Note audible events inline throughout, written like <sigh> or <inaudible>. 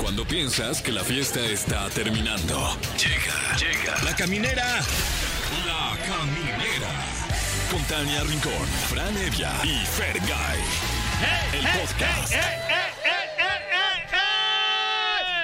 Cuando piensas que la fiesta está terminando. Llega, llega. La caminera. La caminera. Con Tania Rincón, Fran Evia y Fer El podcast.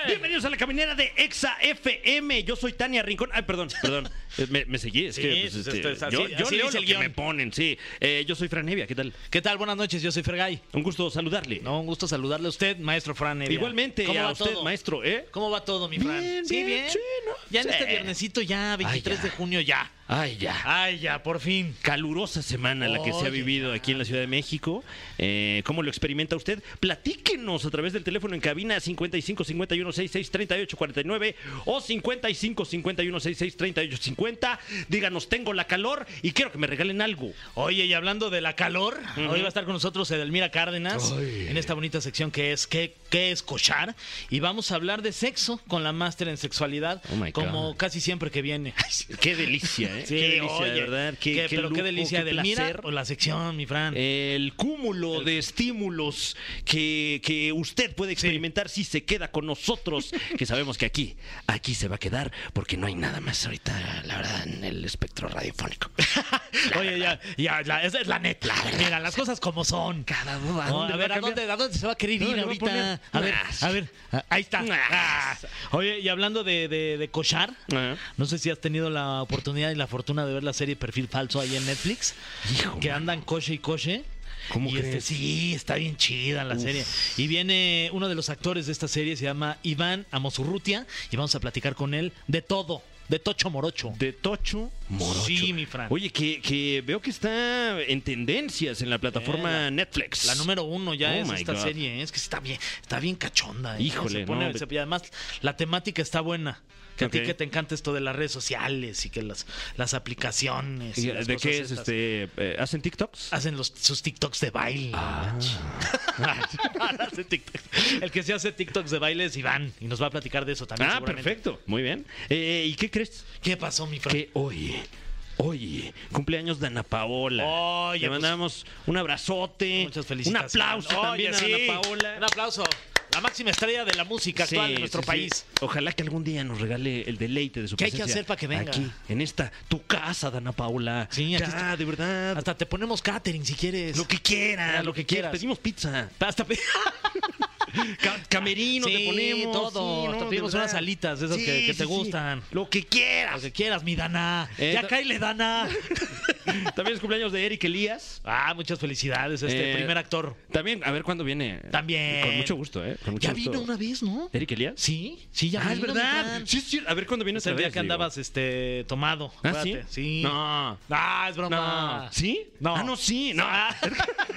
Bienvenidos a la caminera de Exa FM. Yo soy Tania Rincón. Ay, perdón, <laughs> perdón. Eh, Me, me seguí. Es Sí, que, pues, pues, este, esto es así- yo, yo así leo dice lo el que guión. me ponen, sí. Eh, yo soy Fran Evia. ¿Qué tal? ¿Qué tal? Buenas noches, yo soy Fergay. Un gusto saludarle. No, un gusto saludarle a usted, maestro Fran. Evia. Igualmente ¿Cómo a va usted, todo? maestro, ¿eh? ¿Cómo va todo, mi Fran? Bien, sí, bien, bien. sí, ¿no? Ya en Sí. este viernesito, ya, 23 ya. de junio, ya. Ay, ya. Ay, ya, por fin. calurosa semana la que se ha Oye, vivido aquí en la Ciudad de México. Eh, ¿Cómo lo experimenta usted? Platíquenos a través del teléfono en cabina 55 51 66 38 49 o 55 51 66 38 50. Díganos, tengo la calor y quiero que me regalen algo. Oye, y hablando de la calor, hoy va a estar con nosotros Edelmira Cárdenas en esta bonita sección que es ¿Qué, qué es cochar? Y vamos a hablar de sexo con la máster en sexualidad, Oh my como God. casi siempre que viene. Qué delicia, ¿eh? <laughs> Sí, qué delicia, oye, de verdad. Qué, qué- qué pero qué Eh. lujo, delicia, qué Edelmira placer. o la sección, mi Fran. El cúmulo de estímulos que, que usted puede experimentar si se queda con nosotros, que sabemos que aquí, aquí se va a quedar, porque no hay nada más ahorita, la verdad, en el espectro radiofónico. Oye, ya, ya, la- esa es la neta. Mira, las cosas como son. Cada duda, ¿a No, dónde a va ver, a ¿a cambiar? dónde, a dónde se va a querer ¿Dónde ir le va a ahorita? poner? A ver, Nas. a ver, a- ahí está. Nas. Ah. Oye, y hablando de, de, de cochar, Ajá. no sé si has tenido la oportunidad y la fortuna de ver la serie Perfil Falso ahí en Netflix, Hijo, que andan coche y coche. ¿Cómo y este, crees? sí, está bien chida la Uf. serie. Y viene uno de los actores de esta serie, se llama Iván Amosurrutia, y vamos a platicar con él de todo, de Tocho Morocho. De Tocho Morocho. Sí, mi Fran. Oye, que, que veo que está en tendencias en la plataforma Eh, la- Netflix. La número uno ya Oh es my esta God. serie, ¿eh? es que está bien, está bien cachonda. ¿eh? Híjole, Se pone- no, se- y además la temática está buena. Que a Ok. ti que te encanta esto de las redes sociales y que las, las aplicaciones. y ¿Y las ¿De cosas qué es estas. Ah, este? eh, ¿Hacen TikToks? Hacen los, sus TikToks de baile. Ah. <laughs> Hace TikTok. El que se hace TikToks de baile es Iván y nos va a platicar de eso también. Ah, seguramente. perfecto. Muy bien. Eh, ¿Y qué crees? ¿Qué pasó, mi Fran? que hoy, hoy, cumpleaños de Ana Paola. Oye, Le pues, mandamos un abrazote. Un Muchas felicidades. aplauso también a Ana Paola. Un aplauso. La máxima estrella de la música actual Sí, de nuestro sí, sí. país. Ojalá que algún día nos regale el deleite de su ¿Qué hay que presencia hacer para que venga? Aquí, en esta, tu casa, Dana Paola. Sí, aquí ya, está. de verdad. Hasta te ponemos catering si quieres. lo que quiera, Ya, lo que quieras. Pedimos pizza. Hasta pe- Ca- camerino Ah, Sí, te ponemos. todo. Te pedimos de verdad. unas alitas de esas que- que te gustan. Lo que quieras. <laughs> Lo que quieras, mi Dana. Eh, ya ta- cáele, Dana. También es cumpleaños de Eric Elías. <laughs> ah, muchas felicidades, este Eh, primer actor. También, a ver cuándo viene. También. Con mucho gusto, ¿eh? Con mucho Ya gusto. vino una vez, ¿no? ¿Eric Elías? Sí, sí, ya ah, es vino, mi verdad. Fran. Sí, sí. A ver cuándo viene Es el otra día vez, que digo. andabas este tomado. ¿Ah, sí? acuérdate. Sí. No. Ah, es broma. No. ¿Sí? No. Ah, no, sí. No. <laughs>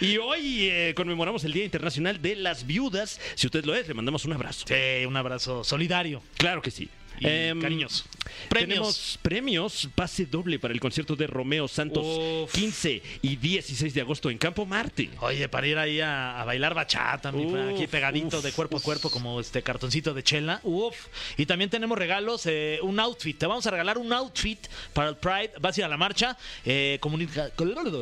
y hoy eh, conmemoramos el Día Internacional de las Viudas. Si usted lo es, le mandamos un abrazo. Sí, un abrazo solidario. Claro que sí. Em, Y cariños. Premios. Tenemos premios, pase doble para el concierto de Romeo Santos, Uf. 15 y 16 de agosto en Campo Marte. Oye, para ir ahí a, a bailar bachata, mi Fran, aquí Uf, pegadito uf, de cuerpo a cuerpo, como este cartoncito de chela. Uf. Y también tenemos regalos, eh, un outfit. Te vamos a regalar un outfit para el Pride. Vas a ir a la marcha. eh, comunica-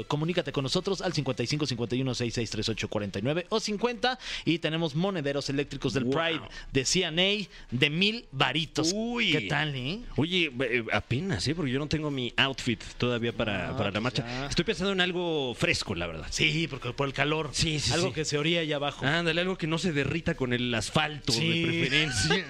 comunícate con nosotros al 55 51 66 38 49 o 50. Y tenemos monederos eléctricos del Wow. Pride de CNA de mil varitos. Uy. ¿Qué tal, eh? Oye, eh, apenas, ¿eh? Porque yo no tengo mi outfit todavía para, Ah, para la pues marcha. ya. Estoy pensando en algo fresco, la verdad. Sí, porque por el calor. Sí, sí, Algo sí. que se oría allá abajo. Ándale, algo que no se derrita con el asfalto, Sí. de <laughs> preferencia.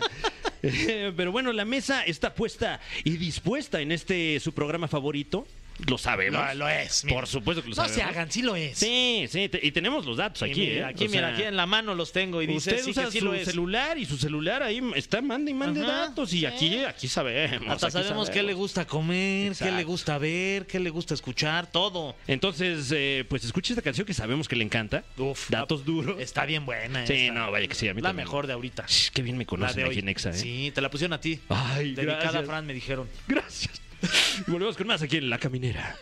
Eh, Pero bueno, la mesa está puesta y dispuesta en este su programa favorito. Ah, Lo sabemos. Lo, lo es. mira. Por supuesto que lo No sabemos. se hagan, sí lo es. Sí, sí, te- y tenemos los datos aquí. aquí, mira, ¿eh? aquí, O mira, sea, aquí en la mano los tengo y dice usted sí, usa que sí su lo es. celular y su celular ahí está, manda y mande Ajá, datos. Y sí. aquí, aquí sabemos. Hasta aquí sabemos qué le sabemos. gusta comer, qué le Exacto. gusta ver, qué le gusta escuchar, todo. Entonces, eh, pues escuche esta canción que sabemos que le encanta. Uf, Datos duros. Está bien buena. Sí, esta. no, vaya que sí, a mí La también. mejor de ahorita. Shh, Qué bien me La conocen de hoy. aquí en Exa, ¿eh? Sí, te la pusieron a ti. Ay, Dedicada gracias. a Fran, me dijeron. Gracias. Y volvemos con más aquí en La Caminera.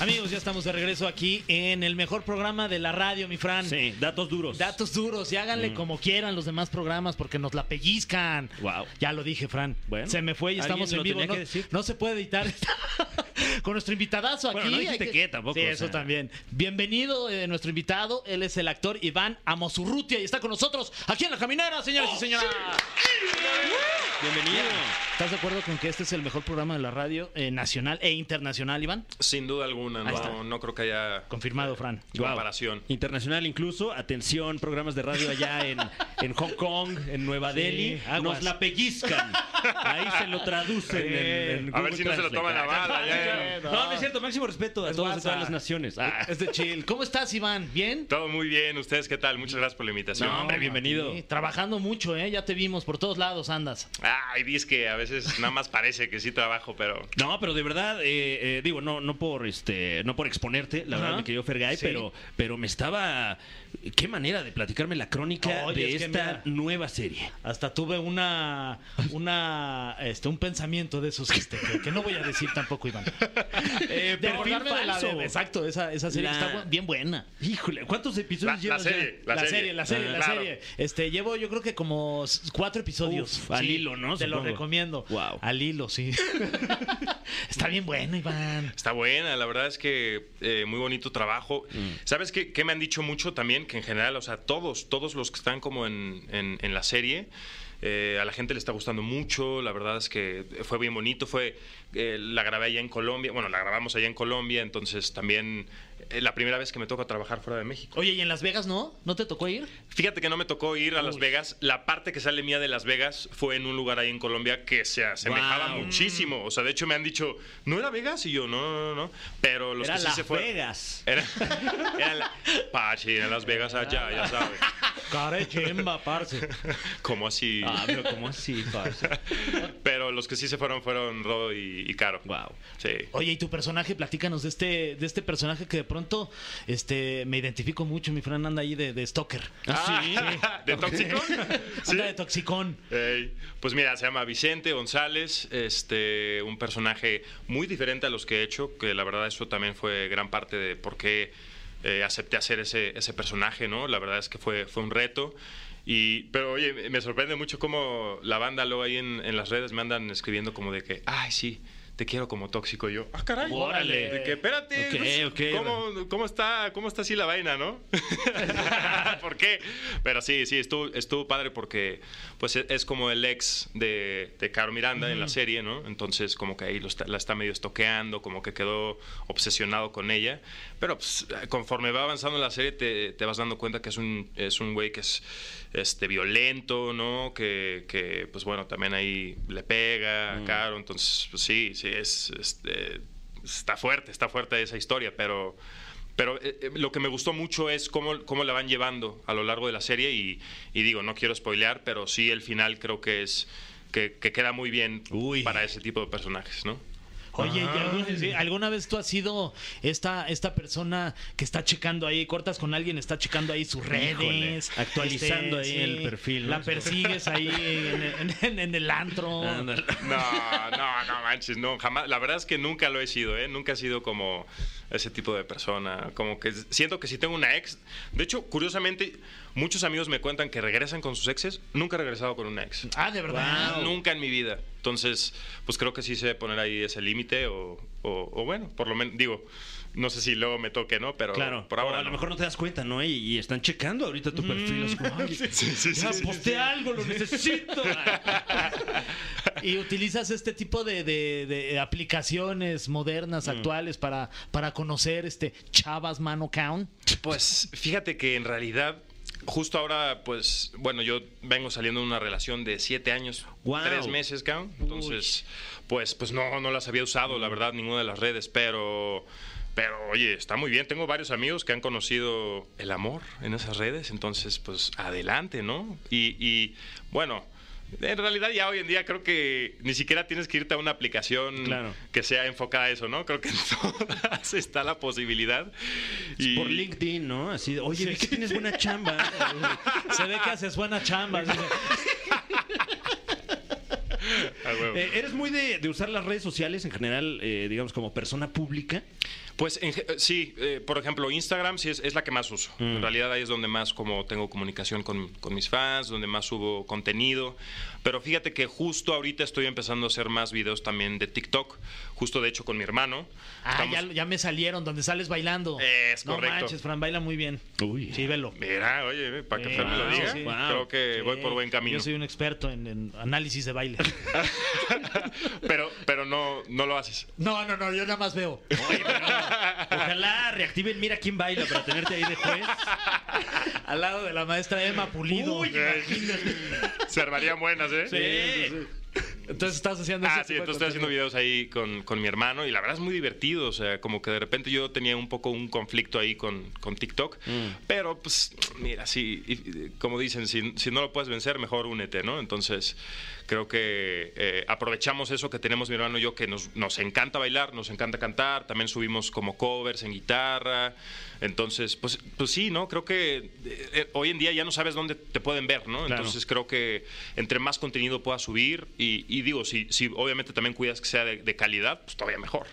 Amigos, ya estamos de regreso aquí en el mejor programa de la radio, mi Fran. Sí, datos duros. Datos duros y Mm. háganle como quieran los demás programas porque nos la pellizcan. Wow. Ya lo dije, Fran. Bueno, se me fue y alguien estamos en lo vivo. tenía No, que decir. no se puede editar. <laughs> con nuestro invitadazo aquí. Bueno, no hay dijiste qué tampoco, Sí, o eso sea. también. Bienvenido eh, nuestro invitado. Él es el actor Iván Amosurrutia y está con nosotros aquí en La Caminera, señores Oh, y señoras. Bienvenido. ¿Estás de acuerdo con que este es el mejor programa de la radio eh, nacional e internacional, Iván? Sin duda alguna, Ahí está. no, no creo que haya Confirmado, Fran. Guau. comparación. Internacional incluso, atención, programas de radio allá en, en Hong Kong, en Nueva Sí, Delhi, aguas. nos la pellizcan. Ahí se lo traducen en, en A ver Google si no se lo Translate. Ah, toman a bala, Ah, ya. No, no es cierto, máximo respeto a Es todas, a WhatsApp. todas las naciones. Ah. Es de chill. ¿Cómo estás, Iván? ¿Bien? Todo muy bien, ¿ustedes qué tal? Muchas gracias por la invitación. No, hombre, bienvenido. Sí, trabajando mucho, ¿eh? Ya te vimos, por todos lados andas. Ay, dices que a veces nada más parece que sí trabajo, pero No, pero de verdad, eh, eh, digo, no, no por este, no por exponerte, la Ajá. verdad, mi querido Fergay, Sí. pero, pero me estaba. Qué manera de platicarme la crónica Oye, de es que esta mira. nueva serie. Hasta tuve una, una, este, un pensamiento de esos este, que, que no voy a decir tampoco, <laughs> Iván. Eh, De acordarme de la de- exacto, esa, esa serie La- que está bu- bien buena. Híjole, ¿cuántos episodios La- la llevas ya? serie. La, serie, la serie, Ah, la claro. serie. Este, llevo yo creo que como s- cuatro episodios. Uf, al hilo, ¿no? Te lo Supongo. recomiendo. Wow. Al hilo, <laughs> sí. está bien buena, Iván. está buena. La verdad es que eh, muy bonito trabajo. ¿Sabes qué, qué me han dicho mucho también? Que en general, o sea, todos, todos los que están como en, en- en la serie. eh, a la gente le está gustando mucho, la verdad es que fue bien bonito, fue eh, la grabé allá en Colombia, bueno, la grabamos allá en Colombia, entonces también eh, la primera vez que me toca trabajar fuera de México. Oye, ¿y en Las Vegas no? ¿No te tocó ir? Fíjate que no me tocó ir a Las Vegas. La parte que sale mía de Las Vegas fue en un lugar ahí en Colombia que se asemejaba Wow. muchísimo. O sea, de hecho me han dicho, ¿no era Vegas? Y yo, no, no, no, no. Pero los Era Pues que sí se Las fueron. Vegas. Era, era la- Pachi, en Las Vegas allá, Ah. ya sabes. <laughs> Carechemba, parce. Como así. Ah, pero ¿cómo así, <laughs> parce? <laughs> Pero los que sí se fueron fueron Rodo y, y Caro. Wow. Sí. Oye, y tu personaje, platícanos de este, de este personaje que de pronto este, me identifico mucho, mi Fran anda ahí de, de stalker. <laughs> Ah, ¿De tóxico? Sí. Anda de toxicón. Ey, pues mira, se llama Vicente González, este, un personaje muy diferente a los que he hecho, que la verdad eso también fue gran parte de por qué eh, acepté hacer ese, ese personaje, ¿no? La verdad es que fue, fue un reto. Y, pero oye, me- me sorprende mucho cómo la banda luego ahí en, en las redes me andan escribiendo como de que, ay, sí, te quiero como tóxico Y yo. Ah, caray. Órale. De que, espérate, Ok, pues, ok. ¿cómo, cómo está, ¿cómo está así la vaina, no? <laughs> ¿Por qué? Pero sí, sí, estuvo, estuvo padre porque pues e- es como el ex de, de Caro Miranda en la serie, ¿no? Entonces como que ahí lo está- la está medio estoqueando, como que quedó obsesionado con ella. Pero pues, conforme va avanzando la serie te, te vas dando cuenta que es un, es un güey que es este, violento, ¿no? Que, que, pues bueno, también ahí le pega a Caro. Entonces pues, sí, sí, es... Este, está fuerte, está fuerte esa historia, pero... Pero eh, eh, lo que me gustó mucho es cómo, cómo la van llevando a lo largo de la serie y, y digo, no quiero spoilear, pero sí el final creo que es que, que queda muy bien Uy. para ese tipo de personajes, ¿no? Oye, ¿y Ah. alguna, sí, alguna vez tú has sido esta, esta persona que está checando ahí, cortas con alguien, está checando ahí sus Híjole, redes? este, actualizando ahí el perfil, ¿no? La persigues ahí en, el- en- en el antro. Ándale. No, no, no manches, no, jamás. La verdad es que nunca lo he sido, ¿eh? Nunca he sido como ese tipo de persona. Como que siento que si tengo una ex. De hecho, curiosamente, muchos amigos me cuentan que regresan con sus exes. Nunca he regresado con una ex. Ah, de verdad. Ah, Nunca en mi vida. Entonces, pues creo que sí se debe poner ahí ese límite o, o- o bueno, por lo menos digo, no sé si luego me toque, ¿no? Pero Claro, por ahora a lo no. mejor no te das cuenta, ¿no? Y, y están checando ahorita tu perfil. así como, <laughs> "Ay, ya posté algo, lo <laughs> necesito. Y utilizas este tipo de, de- de aplicaciones Mm. modernas, actuales, para, para conocer este chavas mano count. Pues fíjate que en realidad, justo ahora, pues, bueno, yo vengo saliendo de una relación de siete años, Guau. tres meses, cabrón. Entonces, pues, pues no, no las había usado, la verdad, ninguna de las redes, pero. Pero oye, está muy bien. Tengo varios amigos que han conocido el amor en esas redes, entonces pues adelante, ¿no? Y, y bueno, en realidad ya hoy en día creo que ni siquiera tienes que irte a una aplicación Claro. que sea enfocada a eso, ¿no? Creo que en <laughs> todas está la posibilidad. Y- Por LinkedIn, ¿no? Así de, oye, vi que tienes buena chamba. Se ve que haces buena chamba. Ah, huevo. Eh, Eh, ¿Eres muy de, de usar las redes sociales en general, eh, digamos, como persona pública? Pues en ge- eh, sí, eh, por ejemplo, Instagram sí es, es la que más uso. Mm. En realidad ahí es donde más como tengo comunicación con, con mis fans, donde más subo contenido. Pero fíjate que justo ahorita estoy empezando a hacer más videos también de TikTok, justo de hecho con mi hermano. Ah, Estamos- ya, ya me salieron, donde sales bailando. Es no correcto. manches, Fran, baila muy bien. Uy. Sí, velo. Mira, oye, para que Sí, Fer me lo wow, diga, Eh, ah, sí. Wow. creo que voy Sí, por buen camino. Yo soy un experto en, en análisis de baile. <laughs> pero pero no, no lo haces. No, no, no, yo nada más veo. Ojalá reactiven Mira quién baila para tenerte ahí de juez. Al lado de la maestra Emma Pulido. Uy, Se armarían buenas, ¿eh? Entonces estás haciendo Ah, ese sí, tipo de entonces estoy haciendo contenido. videos ahí con, con mi hermano y la verdad es muy divertido, o sea, como que de repente yo tenía un poco un conflicto ahí con, con TikTok, pero pues mira, sí, y- y como dicen, si, si no lo puedes vencer, mejor únete, ¿no? Entonces creo que eh, aprovechamos eso que tenemos mi hermano y yo, que nos, nos encanta bailar, nos encanta cantar, también subimos como covers en guitarra, entonces pues, pues sí, ¿no? Creo que eh, eh, hoy en día ya no sabes dónde te pueden ver, ¿no? Claro. Entonces creo que entre más contenido puedas subir y, y digo, si, si obviamente también cuidas que sea de, de calidad, pues todavía mejor.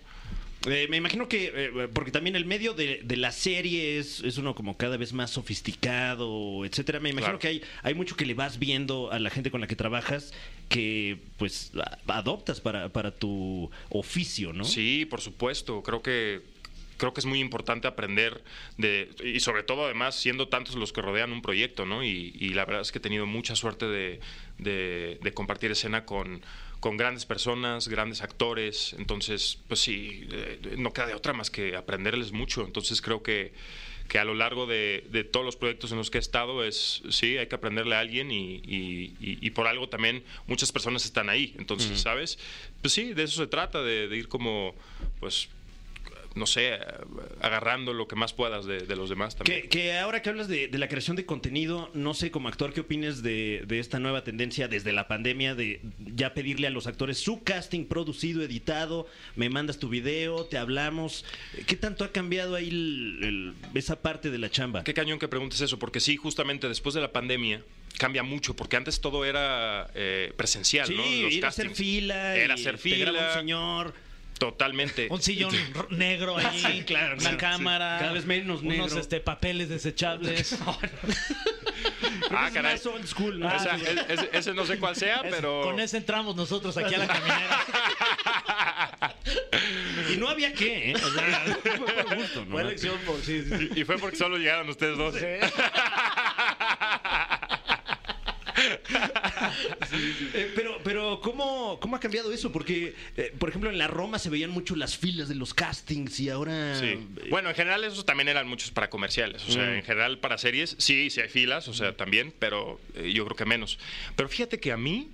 Eh, me imagino que, eh, porque también el medio de, de la serie es, es uno como cada vez más sofisticado, etcétera. Me imagino Claro. que hay, hay mucho que le vas viendo a la gente con la que trabajas que pues a- adoptas para, para tu oficio, ¿no? Sí, por supuesto, creo que creo que es muy importante aprender de y sobre todo además siendo tantos los que rodean un proyecto, ¿no? Y, y la verdad es que he tenido mucha suerte de, de- de compartir escena con con grandes personas, grandes actores, entonces, pues sí, eh, no queda de otra más que aprenderles mucho, entonces creo que, que a lo largo de, de todos los proyectos en los que he estado es, sí, hay que aprenderle a alguien y, y- y- y por algo también muchas personas están ahí. Entonces, ¿sabes? Pues sí, de eso se trata, de, de ir como, pues, no sé, agarrando lo que más puedas de, de los demás también. Que, que ahora que hablas de, de la creación de contenido, no sé como actor qué opines de, de esta nueva tendencia desde la pandemia de ya pedirle a los actores su casting producido, editado, me mandas tu video, te hablamos. ¿Qué tanto ha cambiado ahí el- el- esa parte de la chamba? Qué cañón que preguntes eso, porque sí, justamente después de la pandemia cambia mucho, porque antes todo era eh, presencial, Sí, ¿no? Los ir a hacer castings. fila. Era y hacer te graba fila. Ah, un señor. <laughs> Totalmente. Un sillón r- negro ahí, claro, claro, una sí. cámara, Cada vez menos unos negro. este, papeles desechables. Ah, Es caray. Ah, más old school, ¿no? O sea, es- es- ese no sé cuál sea, Es- pero... Con ese entramos nosotros aquí a la caminera. Y no había qué, ¿eh? O <laughs> sea, fue por gusto, ¿no? por sí, sí. Y, y fue porque solo llegaron ustedes dos. Eh, pero, pero ¿cómo, ¿cómo ha cambiado eso? Porque, eh, por ejemplo, en la Roma se veían mucho las filas de los castings y ahora... eh, Sí. Bueno, en general esos también eran muchos para comerciales. O sea, en general para series, sí, sí hay filas, o sea, también, pero eh, yo creo que menos. Pero fíjate que a mí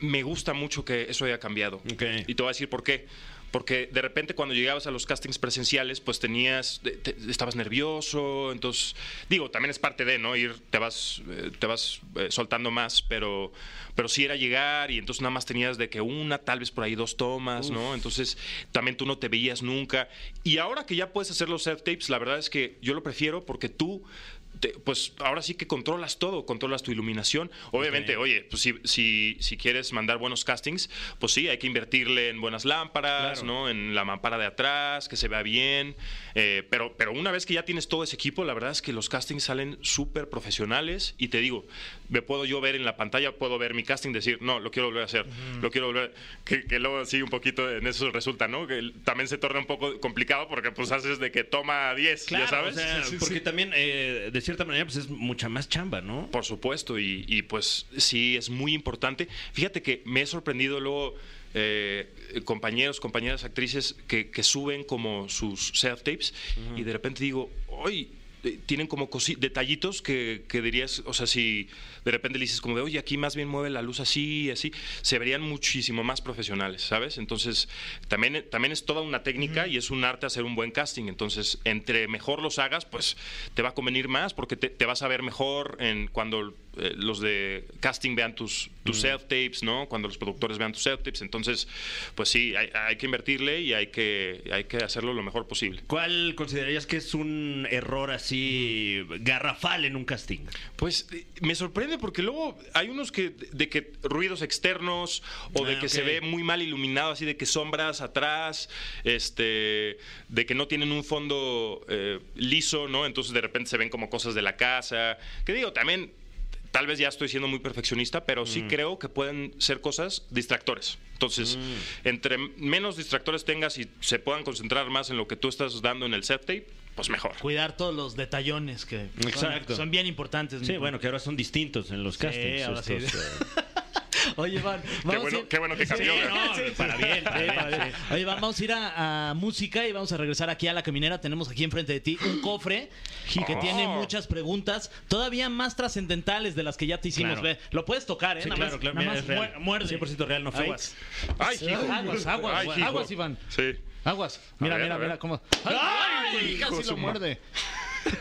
me gusta mucho que eso haya cambiado. Ok. Y te voy a decir por qué. Porque de repente cuando llegabas a los castings presenciales, pues tenías, te- te- estabas nervioso, entonces, digo, también es parte de, ¿no? Ir, te vas, eh, te vas eh, soltando más, pero, pero sí era llegar y entonces nada más tenías de que una, tal vez por ahí dos tomas, ¿no? Entonces también tú no te veías nunca. Y ahora que ya puedes hacer los self-tapes, la verdad es que yo lo prefiero porque tú... te- pues ahora sí que controlas todo, controlas tu iluminación. Obviamente, oye, pues si, si, si quieres mandar buenos castings, pues sí, hay que invertirle en buenas lámparas, ¿no? En la mampara de atrás, que se vea bien. Eh, pero, pero una vez que ya tienes todo ese equipo, la verdad es que los castings salen súper profesionales. Y te digo, me puedo yo ver en la pantalla, puedo ver mi casting, decir, no, lo quiero volver a hacer, lo quiero volver. a-". Que, que luego sí, un poquito en eso resulta, ¿no? Que el- también se torna un poco complicado porque pues haces de que toma 10, Claro, ya sabes. o <laughs> sea, porque también, eh, de cierta manera, pues es mucha más chamba, ¿no? Por supuesto, y, y, pues sí, es muy importante. Fíjate que me he sorprendido luego eh, compañeros, compañeras actrices que, que suben como sus self-tapes y de repente digo, hoy tienen como cosi- detallitos que, que dirías, o sea, si de repente le dices como de, oye, aquí más bien mueve la luz así y así, se verían muchísimo más profesionales, ¿sabes? Entonces, también, también es toda una técnica y es un arte hacer un buen casting. Entonces, entre mejor los hagas, pues te va a convenir más porque te, te vas a ver mejor en cuando eh, los de casting vean tus, tus self-tapes, ¿no? Cuando los productores vean tus self-tapes. Entonces, pues sí, hay, hay que invertirle y hay que, hay que hacerlo lo mejor posible. ¿Cuál considerarías que es un error así garrafal en un casting? Pues eh, me sorprende porque luego hay unos que de que ruidos externos o de Ah, que se ok. ve muy mal iluminado, así de que sombras atrás, este, de que no tienen un fondo eh, liso, ¿no? Entonces de repente se ven como cosas de la casa. Que digo, también tal vez ya estoy siendo muy perfeccionista, pero Mm. sí creo que pueden ser cosas distractores. Entonces, Mm. entre menos distractores tengas y se puedan concentrar más en lo que tú estás dando en el set tape, pues mejor. Cuidar todos los detallones que son- Exacto. Son, bien importantes. mi Sí, punto. bueno, que ahora son distintos en los castings. ahora sí. estos, <laughs> eh, <laughs> Oye, Iván, vamos a bueno- ir- qué bueno que cambió, Sí, ¿verdad? no, Sí, sí, para bien, sí, para bien, bien. Oye, Iván, vamos a ir a, a música y vamos a regresar aquí a la caminera. Tenemos aquí enfrente de ti un cofre que Oh. tiene muchas preguntas todavía más trascendentales de las que ya te hicimos. Claro. Ve, Lo puedes tocar, ¿eh? Sí, Nada claro, más- claro, nada mira, más es real. mu- muerde. 100% real, no fake. Aguas. Ay, hijo. Aguas, aguas, Ay, hijo. aguas, Iván. Sí. Aguas. Mira, A ver, mira, a ver. mira cómo. ¡Ay! hijo de Casi su lo ma- muerde.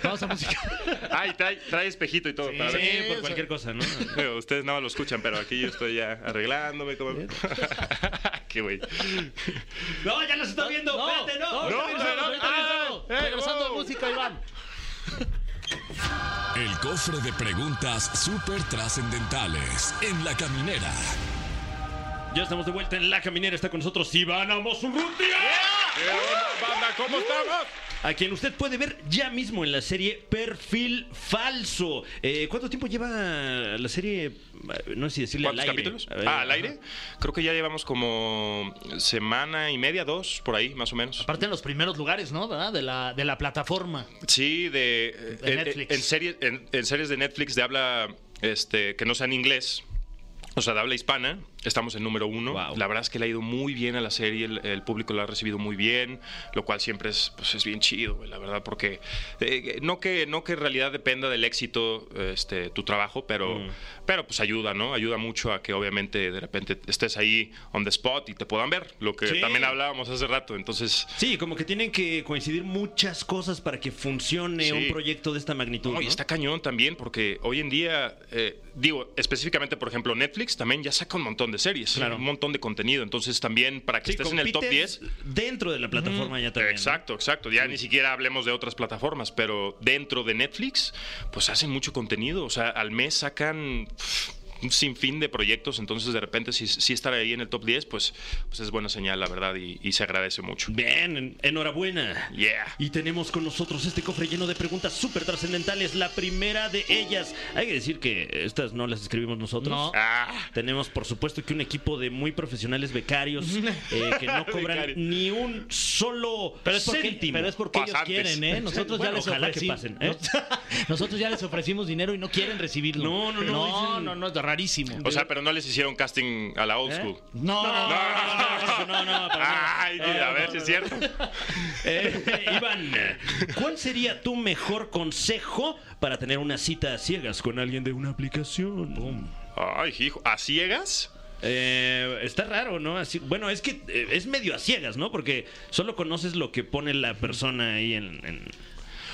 Vamos a música. Ay, trae, trae espejito y todo. para Sí, ver. por cualquier cosa, ¿no? Digo, Ustedes nada más lo escuchan, pero aquí yo estoy ya arreglándome. Como... <laughs> Qué güey. <laughs> No, ya los está viendo, espérate, <laughs> no. no. regresamos, no, ahorita ah, regresamos. eh, Regresando a wow. música, Iván. El cofre de preguntas súper trascendentales en la caminera. Ya estamos de vuelta en La Caminera, está con nosotros Iván Amosurrutia. ¿Qué onda, banda? ¿Cómo estamos? A quien usted puede ver ya mismo en la serie Perfil Falso. Eh, ¿Cuánto tiempo lleva la serie? No sé si decirle al ¿Cuántos aire. capítulos? A ver, ah, al ajá. aire. Creo que ya llevamos como semana y media, dos, por ahí, más o menos. Aparte en los primeros lugares, ¿no? ¿Verdad? De la, de la plataforma. Sí, de, De en, Netflix. en series, en, en series de Netflix de habla este, que no sea en inglés. O sea, de habla hispana, estamos en número uno. Wow. La verdad es que le ha ido muy bien a la serie, el, el público la ha recibido muy bien, lo cual siempre es, pues, es bien chido, güey, la verdad, porque eh, no, que, no que en realidad dependa del éxito este, tu trabajo, pero, Mm. pero pues ayuda, ¿no? Ayuda mucho a que obviamente de repente estés ahí on the spot y te puedan ver, lo que Sí. también hablábamos hace rato. Entonces, Sí, como que tienen que coincidir muchas cosas para que funcione Sí. un proyecto de esta magnitud. No, ¿no? y está cañón también, porque hoy en día, eh, digo, específicamente, por ejemplo, Netflix también ya saca un montón de series, Claro. un montón de contenido. Entonces, también para que Sí, estés en el top compites 10. Dentro de la plataforma ya también. ¿no? Exacto, exacto. Ya ni siquiera hablemos de otras plataformas, pero dentro de Netflix, pues hacen mucho contenido. O sea, al mes sacan pff, un sinfín de proyectos. Entonces, de repente, si, si estar ahí en el top 10, pues, pues es buena señal, la verdad, y, y se agradece mucho. Bien, en- enhorabuena. Yeah. Y tenemos con nosotros este cofre lleno de preguntas súper trascendentales. La primera de ellas. Hay que decir que estas no las escribimos nosotros. No. Ah. Tenemos, por supuesto, que un equipo de muy profesionales <laughs> becarios eh, que no cobran Becarios. ni un solo Pero es porque, céntimo. pero es porque ellos Pasantes. quieren, ¿eh? Nosotros Bueno, ya les ojalá que ofrecimos. pasen, ¿eh? Nosotros <laughs> ya les ofrecimos dinero y no quieren recibirlo. No, no, no, No, dicen- no, no, es rarísimo. O sea, pero no les hicieron casting a la old ¿Eh? school. no, no, no. no, no, no, no, para <laughs> nada. Ay, a ver si es cierto. Eh, Iván, ¿cuál sería tu mejor consejo para tener una cita a ciegas con alguien de una aplicación? Ay, hijo, ¿a ciegas? Eh, está raro, ¿no? Así, bueno, es que eh, es medio a ciegas, ¿no? Porque solo conoces lo que pone la persona ahí en, en-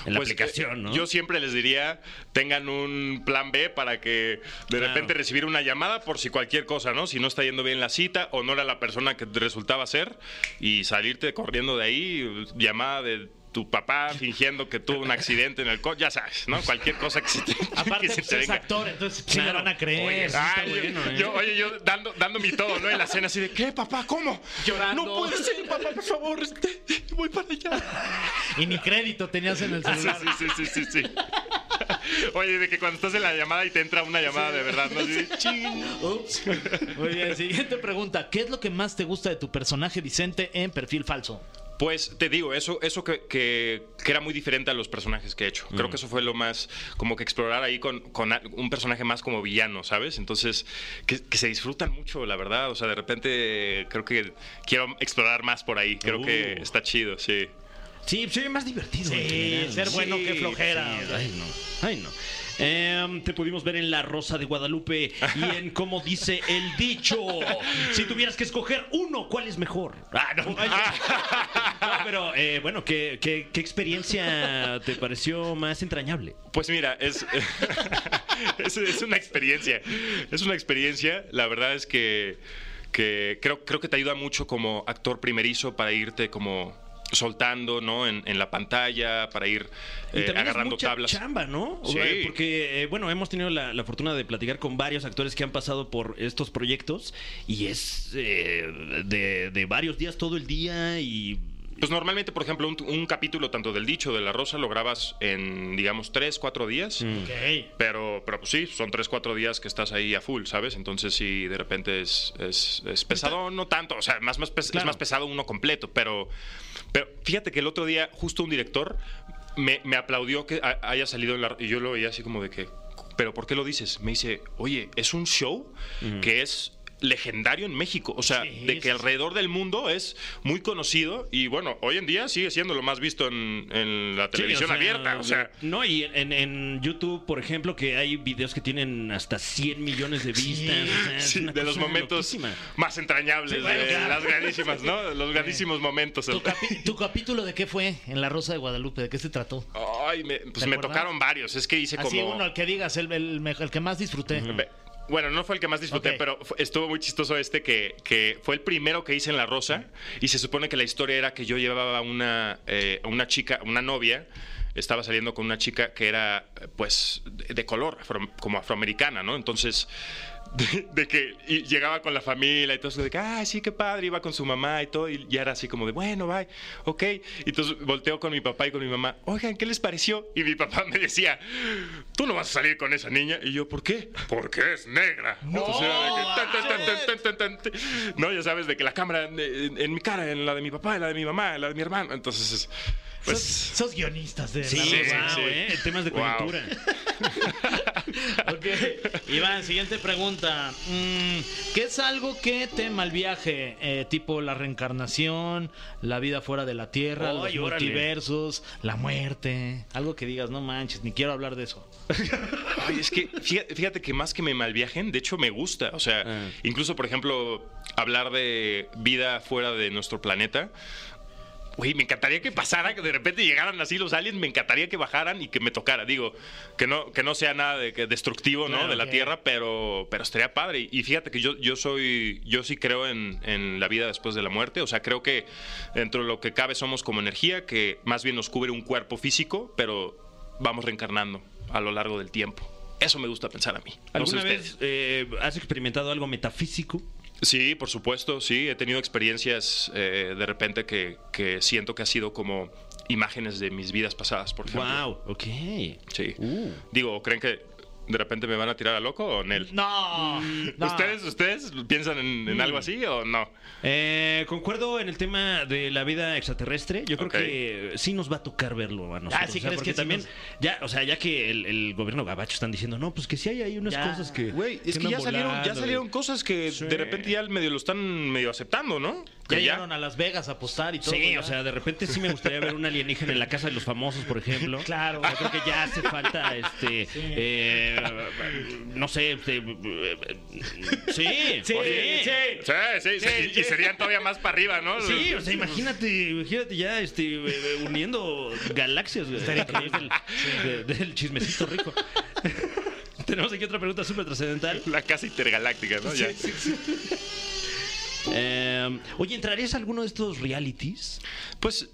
en la Pues, eh, aplicación, ¿no? Yo siempre les diría, tengan un plan B para que de Claro. repente recibir una llamada por si cualquier cosa, ¿no? Si no está yendo bien la cita o no era la persona que te resultaba ser y salirte corriendo de ahí, llamada de tu papá fingiendo que tuvo un accidente en el coche, ya sabes, ¿no? Cualquier cosa que se te, <laughs> Aparte, que se pues, te es venga. actor, entonces sí le Claro. van a creer. Oye, Sí, Ah, está yo, bueno, ¿eh? yo- oye, yo dando, dando mi todo, ¿no? En la cena así de, ¿qué, papá? ¿Cómo? Llorando. No puede ser, papá, por favor, este, voy para allá. Y ni crédito tenías en el <laughs> Sí, celular. sí, sí, sí, sí, sí. Oye, de que cuando estás en la llamada y te entra una llamada de verdad, ¿no? Así de, "Ching". Ups. Muy bien, siguiente pregunta. ¿Qué es lo que más te gusta de tu personaje Vicente en Perfil Falso? Pues te digo, eso, eso que, que- que era muy diferente a los personajes que he hecho. Creo que eso fue lo más, como que explorar ahí con, con a- un personaje más como villano, ¿sabes? Entonces, que, que se disfrutan mucho, la verdad. O sea, de repente creo que quiero explorar más por ahí. Creo que Uh. está chido, sí. Sí, se ve más divertido. Sí, en general, ser ¿no? bueno, qué flojera. sí, ay, no. Ay, no. Em, te pudimos ver en La Rosa de Guadalupe y en Como dice el dicho. Si tuvieras que escoger uno, ¿cuál es mejor? Ah, no. Ay, no. No, pero eh, bueno, ¿qué, qué, qué experiencia te pareció más entrañable? Pues mira, es. <laughs> es, es una experiencia. Es una experiencia. La verdad es que, que creo, creo que te ayuda mucho como actor primerizo para irte como soltando, ¿no? En, en la pantalla, para ir Y eh, también es agarrando mucha tablas. chamba, ¿no? O Sí. sea, Porque, eh, bueno, hemos tenido la, la fortuna de platicar con varios actores que han pasado por estos proyectos y es eh, de, de varios días todo el día y... Pues normalmente, por ejemplo, un, un capítulo tanto del dicho de la rosa lo grabas en, digamos, tres, cuatro días. Pero, pero pues sí, son tres, cuatro días que estás ahí a full, ¿sabes? Entonces sí, de repente es, es, es pesado, no tanto, o sea, más, más pes- Claro. es más pesado uno completo, pero, pero fíjate que el otro día justo un director me, me aplaudió que ha- haya salido en la... Y yo lo veía así como de que, pero ¿por qué lo dices? Me dice, oye, es un show que es legendario en México, o sea, Sí, de sí, que alrededor del mundo es muy conocido y bueno, hoy en día sigue siendo lo más visto en, en la televisión Sí, o sea, abierta, o sea... No, y en, en YouTube, por ejemplo, que hay videos que tienen hasta 100 millones de vistas. o sea, es Sí, una de los cosa momentos loquísima. más entrañables, Sí, bueno, de claro. las grandísimas, ¿no? Los grandísimos momentos. ¿Tu, capi- tu capítulo de qué fue en La Rosa de Guadalupe? ¿De qué se trató? Ay, me- pues ¿Te me acuerdas? tocaron varios. Es que hice Así como. uno, el que digas, el, el mej- el que más disfruté. Ve- Bueno, no fue el que más disfruté, Ok. pero fu- estuvo muy chistoso este que, que fue el primero que hice en La Rosa y se supone que la historia era que yo llevaba una, eh, a una chica, una novia, estaba saliendo con una chica que era eh, pues de de color, afro- como afroamericana, ¿no? Entonces, <laughs> de, de que y llegaba con la familia y todo eso, de que, ay, sí, qué padre, iba con su mamá y todo, y ya era así como de, bueno, bye, ok. Y entonces volteo con mi papá y con mi mamá, oigan, ¿qué les pareció? Y mi papá <laughs> me decía, tú no vas a salir con esa niña. Y yo, ¿por qué? Porque es negra. Entonces era de que, tan, tan, tan, tan, tan, tan, tan. No, ya sabes, de que la cámara en, en- en mi cara, en la de mi papá, en la de mi mamá, en la de mi hermano. Entonces, Sos, pues... sos guionistas de Sí, La Sí, Rosa. wow, sí. eh, en temas de Wow. coyuntura. Ok. Iván, siguiente pregunta. Mm, ¿Qué es algo que te malviaje? Eh, tipo la reencarnación, la vida fuera de la Tierra, Ay, los órale. multiversos, la muerte. Algo que digas, no manches, ni quiero hablar de eso. Ay, es que fíjate, fíjate que más que me malviajen, de hecho me gusta. O sea, Ah. incluso, por ejemplo, hablar de vida fuera de nuestro planeta. Güey, me encantaría que pasara, que de repente llegaran así los aliens, me encantaría que bajaran y que me tocara. Digo, que no, que no sea nada de, que destructivo, ¿no? Claro, de la ok. Tierra, pero, pero estaría padre. Y- Y fíjate que yo, yo soy, yo sí creo en, en la vida después de la muerte. O sea, creo que dentro de lo que cabe somos como energía, que más bien nos cubre un cuerpo físico, pero vamos reencarnando a lo largo del tiempo. Eso me gusta pensar a mí. No sé ¿Alguna vez ustedes. eh, has experimentado algo metafísico? Sí, por supuesto, sí. He tenido experiencias eh, de repente que, que siento que ha sido como imágenes de mis vidas pasadas, por ejemplo. Wow, ok. Sí. Uh. Digo, ¿creen que de repente me van a tirar a loco o Nel? No, no. ¿Ustedes, ¿Ustedes piensan en, en algo así o no? Eh, concuerdo en el tema de la vida extraterrestre. Yo creo Ok. que sí nos va a tocar verlo a nosotros. Ah, ¿sí o sea, crees porque que sí también, nos- ya, o sea, ya que el, el gobierno gabacho están diciendo, no, pues que sí hay ahí unas Ya. cosas que. Güey, es que, andan ya salieron, ya volando, salieron güey. cosas que Sí. de repente ya medio lo están medio aceptando, ¿no? Ya Que llegaron a Las Vegas a apostar y todo. Sí, ya. o sea, de repente sí me gustaría ver un alienígena en la casa de los famosos, por <laughs> ejemplo. Claro. Yo creo que ya hace falta, este, Sí. eh, no sé, este, eh, sí, Sí, oye, sí. Sí, sí, sí, Y serían todavía más para arriba, ¿no? Sí, o sea, imagínate, imagínate ya este, eh, uniendo galaxias güey, a través del, de- del chismecito rico. <laughs> Tenemos aquí otra pregunta súper trascendental. La casa intergaláctica, ¿no? Ya. Eh, oye, ¿entrarías a alguno de estos realities? Pues,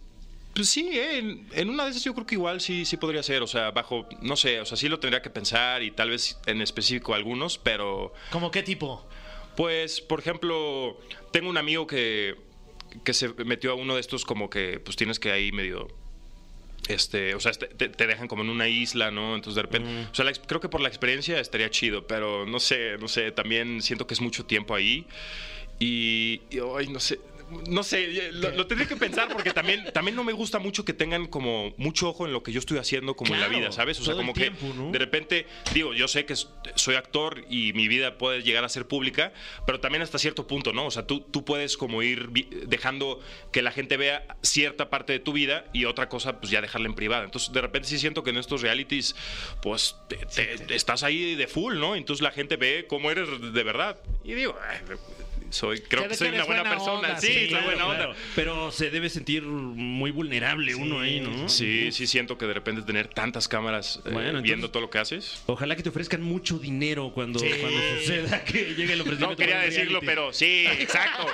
pues sí, ¿eh? en, en una de esas yo creo que igual sí, sí podría ser. O sea, bajo, no sé, o sea, sí lo tendría que pensar y tal vez en específico algunos, pero ¿Cómo qué tipo? Pues, por ejemplo, tengo un amigo que, que se metió a uno de estos como que pues tienes que ahí medio... Este, o sea, este- te, te dejan como en una isla, ¿no? Entonces de repente... O sea, la ex- creo que por la experiencia estaría chido, pero no sé, no sé, también siento que es mucho tiempo ahí. Y, y, ay, no sé. No sé, eh, lo, lo tendría que pensar porque también, también no me gusta mucho que tengan como mucho ojo en lo que yo estoy haciendo como en la Claro, vida, ¿sabes? O sea, todo el como tiempo, que ¿no? de repente, digo, yo sé que s- soy actor y mi vida puede llegar a ser pública, pero también hasta cierto punto, ¿no? O sea, tú, tú puedes como ir vi- dejando que la gente vea cierta parte de tu vida y otra cosa, pues ya dejarla en privada. Entonces, de repente sí siento que en estos realities, pues te- te- estás ahí de full, ¿no? Entonces la gente ve cómo eres de verdad. Y digo, "Ay, soy, creo que Se ve soy que una eres buena, buena persona. onda, sí, sí, soy claro, buena onda. Pero se debe sentir muy vulnerable uno ahí, ¿no? Sí, sí siento que de repente tener tantas cámaras eh, Bueno, entonces- viendo todo lo que haces. Ojalá que te ofrezcan mucho dinero cuando, Sí. cuando suceda que llegue el ofrecimiento. No quería de un decirlo, reality. pero sí, exacto.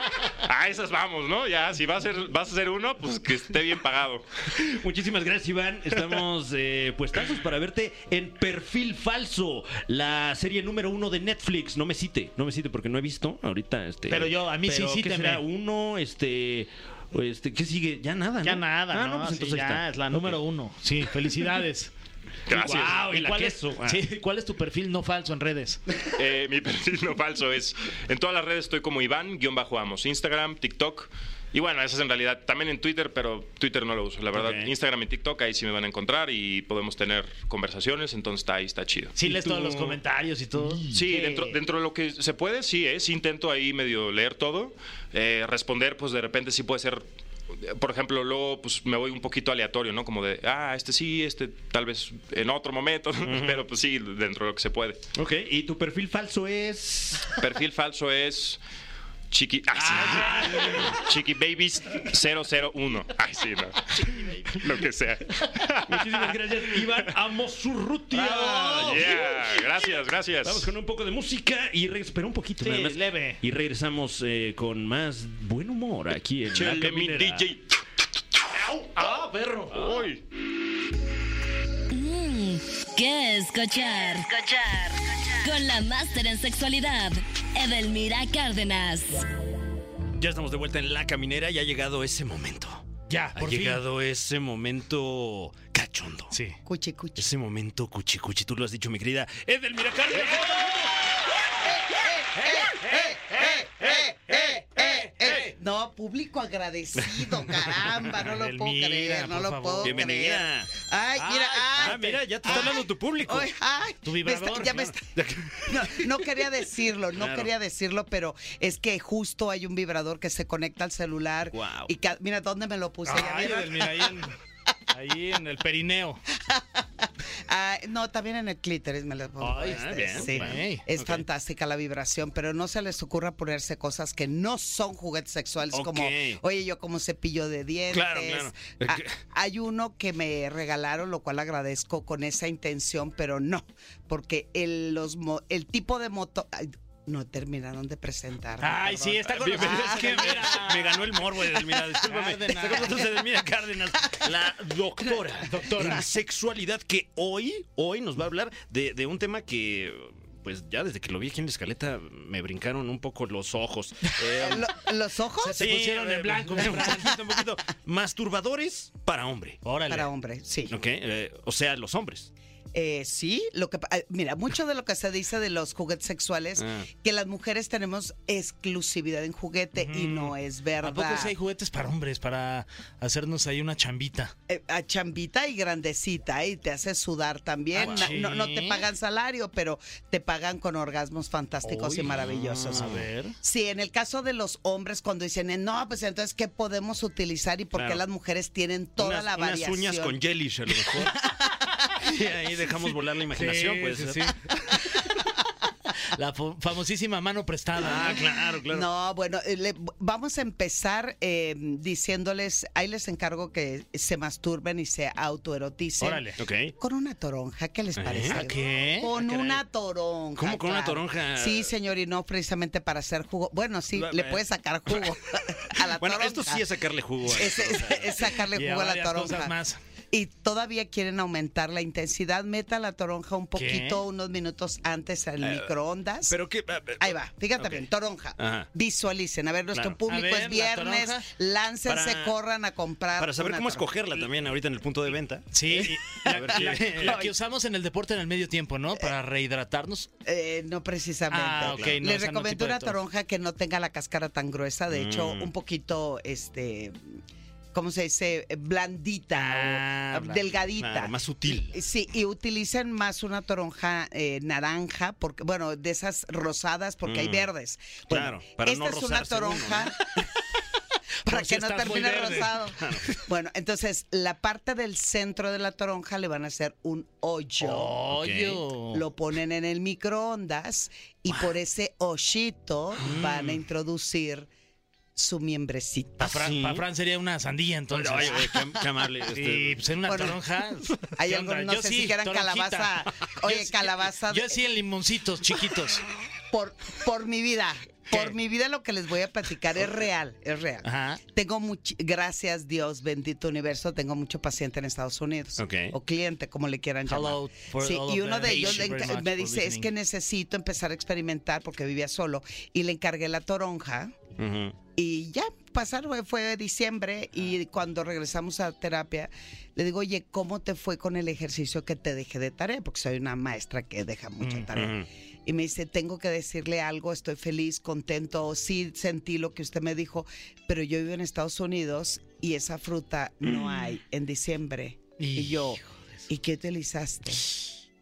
A esas vamos, ¿no? Ya, si vas a ser, vas a ser uno, pues que esté bien pagado. Muchísimas gracias, Iván. Estamos eh, puestazos para verte en Perfil Falso, la serie número uno de Netflix. No me cite, no me cite porque no he visto ahorita. Este, Pero yo, a mí sí pero, ¿qué cíteme. será? Uno, este, o este, ¿qué sigue? Ya nada, ¿no? Ya nada, Ah, ¿no? pues Sí, entonces ahí ya está. es la número Número uno. Sí, felicidades. Gracias. Guau, y la cuál, queso. Es, sí, ¿Cuál es tu perfil no falso en redes? Eh, mi perfil no falso es. En todas las redes estoy como Iván-Amos. Instagram, TikTok. Y bueno, esas en realidad. También en Twitter, pero Twitter no lo uso. La verdad, Ok. Instagram y TikTok, ahí sí me van a encontrar y podemos tener conversaciones. Entonces está ahí, está chido. Sí, ¿Y lees tú? todos los comentarios y todo. Sí, dentro, dentro de lo que se puede, sí, ¿eh? Sí intento ahí medio leer todo. Eh, responder, pues de repente sí puede ser. eh, Por ejemplo, luego pues me voy un poquito aleatorio, ¿no? Como de, ah, este sí, este tal vez en otro momento, pero pues sí, dentro de lo que se puede. Ok, y tu perfil falso es. Perfil falso es Chiqui, ah, sí. <laughs> Chiqui Babies 001. Ay, sí, no. Lo que sea. Muchísimas gracias, Iván Amosurrutia. Ah, yeah. Gracias, gracias. Vamos con un poco de música y reg- espera un poquito Sí, nada más. leve. Y regresamos eh, con más buen humor aquí en la Chele, mi caminera. DJ. Ah, perro. Uy. Mm, ¿Qué escuchar? Escuchar. Con la máster en sexualidad, Edelmira Cárdenas. Ya estamos de vuelta en la caminera y ha llegado ese momento. Ya, Ha por fin. llegado ese momento cachondo. Sí. Cuche, cuche. Ese momento cuchi cuchi, tú lo has dicho, mi querida Edelmira Cárdenas. Eh, Eh, No, público agradecido, caramba, no lo puedo Edelmira, creer, no por lo favor. puedo Bienvenida. creer. Ay, mira, ay, ah, mira, ya te está hablando tu público. ay, ay, Tu me está- vibrador, ya me claro. está- no, no quería decirlo, no Claro. quería decirlo, pero es que justo hay un vibrador que se conecta al celular. Guau. Y ca- mira, ¿dónde me lo puse? ¿Ya Ay, vieron? Edelmira, ahí en, ahí en el perineo. <laughs> Ah, no, también en el clítoris me lo pongo. Ay, este, ah, bien, sí. bien. Es fantástica la vibración, pero no se les ocurra ponerse cosas que no son juguetes sexuales, Ok. como, oye, yo como cepillo de dientes. Claro, claro. Ah, hay uno que me regalaron, lo cual agradezco con esa intención, pero no, porque el, los, mo- el tipo de moto... ay, no terminaron de presentar. Ay, sí, está con nosotros. Es que Edelmira. me, me ganó el morbo, Edelmira. Discúlpame. Cárdenas. Está con nosotros Edelmira Cárdenas, la doctora, <laughs> Doctora. en sexualidad que hoy, hoy nos va a hablar de, de un tema que, pues ya desde que lo vi aquí en la escaleta, me brincaron un poco los <laughs> ojos. Eh, Ah, ¿Los ojos? Se pusieron en eh, blanco, mi un Fran. poquito, un poquito. Masturbadores para hombre. Órale. Para hombre, sí. ¿Ok? eh, o sea, los hombres. Eh, sí, lo que pa- ah, mira, mucho de lo que se dice de los juguetes sexuales, Ah. que las mujeres tenemos exclusividad en juguete y no es verdad. ¿A poco sí hay juguetes para hombres? Para hacernos ahí una chambita. Eh, a chambita y grandecita y te hace sudar también. Ah, Na- sí. no, no te pagan salario, pero te pagan con orgasmos fantásticos y Uy, maravillosos. A ver. Este Sí, en el caso de los hombres cuando dicen, eh, no, pues entonces, ¿qué podemos utilizar y por qué Claro. las mujeres tienen toda unas, la unas variación? uñas con jellish a lo mejor. <laughs> y ahí dejamos volar la imaginación, Sí, pues. sí, sí. <laughs> La fo- famosísima mano prestada. Ah, claro, claro. No, bueno, eh, le- vamos a empezar eh, diciéndoles, ahí les encargo que se masturben y se autoeroticen. Órale. Ok. Con una toronja, ¿qué les parece? ¿Ah, qué? ¿Eh? Con Ah, caray. una toronja. ¿Cómo con una toronja? Sí, señor, y no precisamente para hacer jugo. Bueno, sí, La- le puedes sacar jugo <laughs> a la Bueno, toronja. esto sí es sacarle jugo. a la Es- es- toronja. es sacarle Y a jugo a la varias cosas toronja. más. Y todavía quieren aumentar la intensidad. Meta la toronja un poquito, unos minutos antes al microondas. Ah, Pero qué. ah, Ahí va, fíjate Ok. bien, toronja. Ajá. Visualicen. A ver, nuestro Claro. público A ver, es la viernes. toronja. Láncense, Para- corran a comprar. Para saber una cómo toronja. escogerla también ahorita en el punto de venta. Sí, y Eh, A la, ver qué- la- la que usamos en el deporte en el medio tiempo, ¿no? Para rehidratarnos. Eh, no precisamente. Ah, ok, no, Les o sea, no tipo recomiendo de una toronja. toronja que no tenga la cáscara tan gruesa. De hecho, Mm. un poquito, este, ¿cómo se dice? Eh, Blandita Ah, o eh, blandita. delgadita. Claro, más sutil. Sí, y utilicen más una toronja eh, naranja, porque bueno, de esas rosadas, porque hay Mm. verdes. Bueno, Claro, para esta no es una rozarse uno, toronja. <laughs> para Por si que no estás muy termine verde. rosado. Bueno, entonces la parte del centro de la toronja le van a hacer un hoyo. Oh, Hoyo. Oh. Lo ponen en el microondas y por ese hoyito Ah. van a introducir su miembrecita. Para Fran, ¿Sí? pa' Fran sería una sandía, entonces. Oye, oye, qué, qué <laughs> amable. Y este. pues en una Bueno, toronja. Hay ¿qué algunos, onda? no Yo sé sí, si quieran toronjita. calabaza. <laughs> Oye, Yo sí- calabaza Yo de- sí en <laughs> limoncitos chiquitos. por, por mi vida. ¿Qué? Por mi vida lo que les voy a platicar es real, es real. Ajá. Tengo mucho, gracias Dios, bendito universo, tengo mucho paciente en Estados Unidos. Ok. O cliente, como le quieran llamar. Hello for Sí, all y of uno them. de ellos Thank you le very enca- much me for dice, es listening." que necesito empezar a experimentar porque vivía solo. Y le encargué la toronja Ujú. y ya pasaron, fue diciembre y Ah. cuando regresamos a terapia, le digo, oye, ¿cómo te fue con el ejercicio que te dejé de tarea? Porque soy una maestra que deja mucha tarea. ujú. Y me dice, tengo que decirle algo, estoy feliz, contento, sí sentí lo que usted me dijo, pero yo vivo en Estados Unidos y esa fruta Mm. no hay en diciembre. Y yo, ¿y qué utilizaste?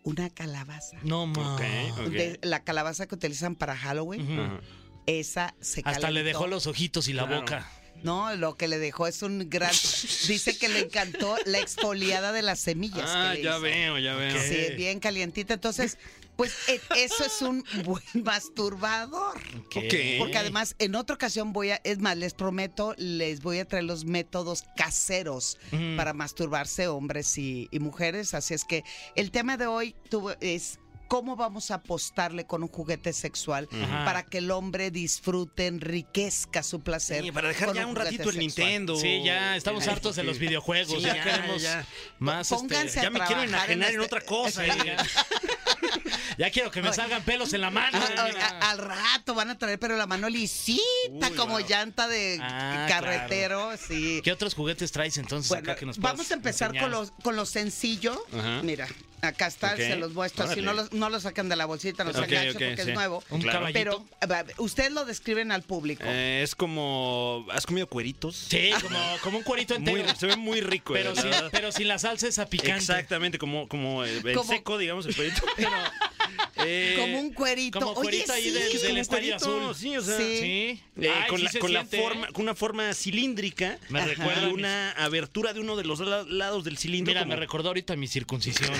Una calabaza. No ma. Ok, ok. De- la calabaza que utilizan para Halloween, Ujú. Ajá. esa se Hasta le calentó. dejó los ojitos y la Claro. boca. No, lo que le dejó es un gran. Dice que le encantó la exfoliada de las semillas. que Ah, le ya hizo. veo, ya veo. Sí, bien calientita. Entonces, pues e- eso es un buen masturbador. Ok. Porque además, en otra ocasión voy a, es más, les prometo, les voy a traer los métodos caseros Mm. para masturbarse hombres y, y mujeres. Así es que el tema de hoy tuvo- es cómo vamos a apostarle con un juguete sexual Ajá. para que el hombre disfrute, enriquezca su placer. Sí, para dejar con ya un juguete ratito el sexual. Nintendo. Sí, ya estamos El- hartos de los videojuegos. Sí, ya, ya, queremos ya. más. este, Pónganse Ya me quiero trabajar en enajenar en este- otra <laughs> cosa. eh. <laughs> ya quiero que me salgan pelos en la mano. eh, Ah, ah, ah, al rato van a traer, pero la mano lisita, Uy, como wow. llanta de Ah, carretero, sí. ¿Qué otros juguetes traes entonces Bueno, acá que nos vamos puedas a empezar con enseñar? los con lo sencillo. Ajá. Mira, acá está, Ok. se los muestro. Si Órale. no los, no los sacan de la bolsita, no se Ok, enganchen ok, porque sí. es nuevo. Un Claro. caballito. Pero va, ustedes lo describen al público. Eh, es como. ¿Has comido cueritos? Sí, como, como un cuerito Muy- entero. se ve muy rico. eh, pero, la sin, verdad. pero sin la salsa esa picante. Exactamente, como, como eh, el Como- seco, digamos, el <laughs> cuerito. Pero, eh, como un cuerito. como Oye, cuerito ahí sí. del- es como del un Estadio cuerito, Azul. Sí, o sea. Sí. Sí. eh, Ay, con sí la, se con la siente, forma, ¿eh? con una forma cilíndrica. Me Ajá. recuerda a y mis- una abertura de uno de los la- lados del cilindro. Mira, como, me recordó ahorita mi circuncisión.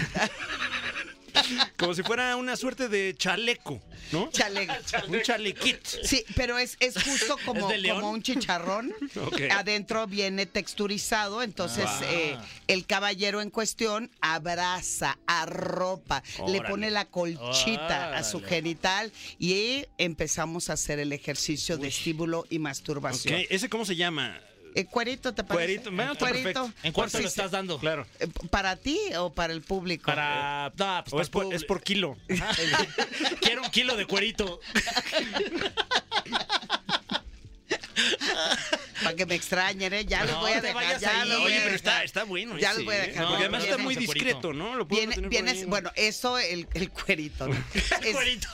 como si fuera una suerte de chaleco, ¿no? <laughs> Chale- Un <laughs> chalequito. Sí, pero es, es <laughs> justo como, de león? como un chicharrón. Ok. Ah. Adentro viene texturizado, entonces eh, el caballero en cuestión abraza, arropa, le Órale. pone la colchita a su genital y empezamos a hacer el ejercicio de estímulo y Ok, masturbación. ¿Ese cómo se llama? Eh, ¿Cuerito te parece? Cuerito, bueno, está perfecto. ¿En cuánto Sí, lo sí. estás dando? Claro. eh, Eh, ¿Para ti o para el público? Para. No, pues O es para por, pub- es por kilo. <laughs> Quiero un kilo <laughs> de cuerito. Para que me extrañen, ¿eh? Ya los No voy a te dejar. vayas Ya ahí. los voy Oye, a pero está, dejar. está bueno. Ya ese, los voy a ¿eh? dejar, Porque porque además está viene- muy ese cuerito. discreto, ¿no? Lo puedo Viene- tener por vienes- ahí. bueno, eso, el, el cuerito. <laughs> ¿no? Es- <laughs> Cuerito.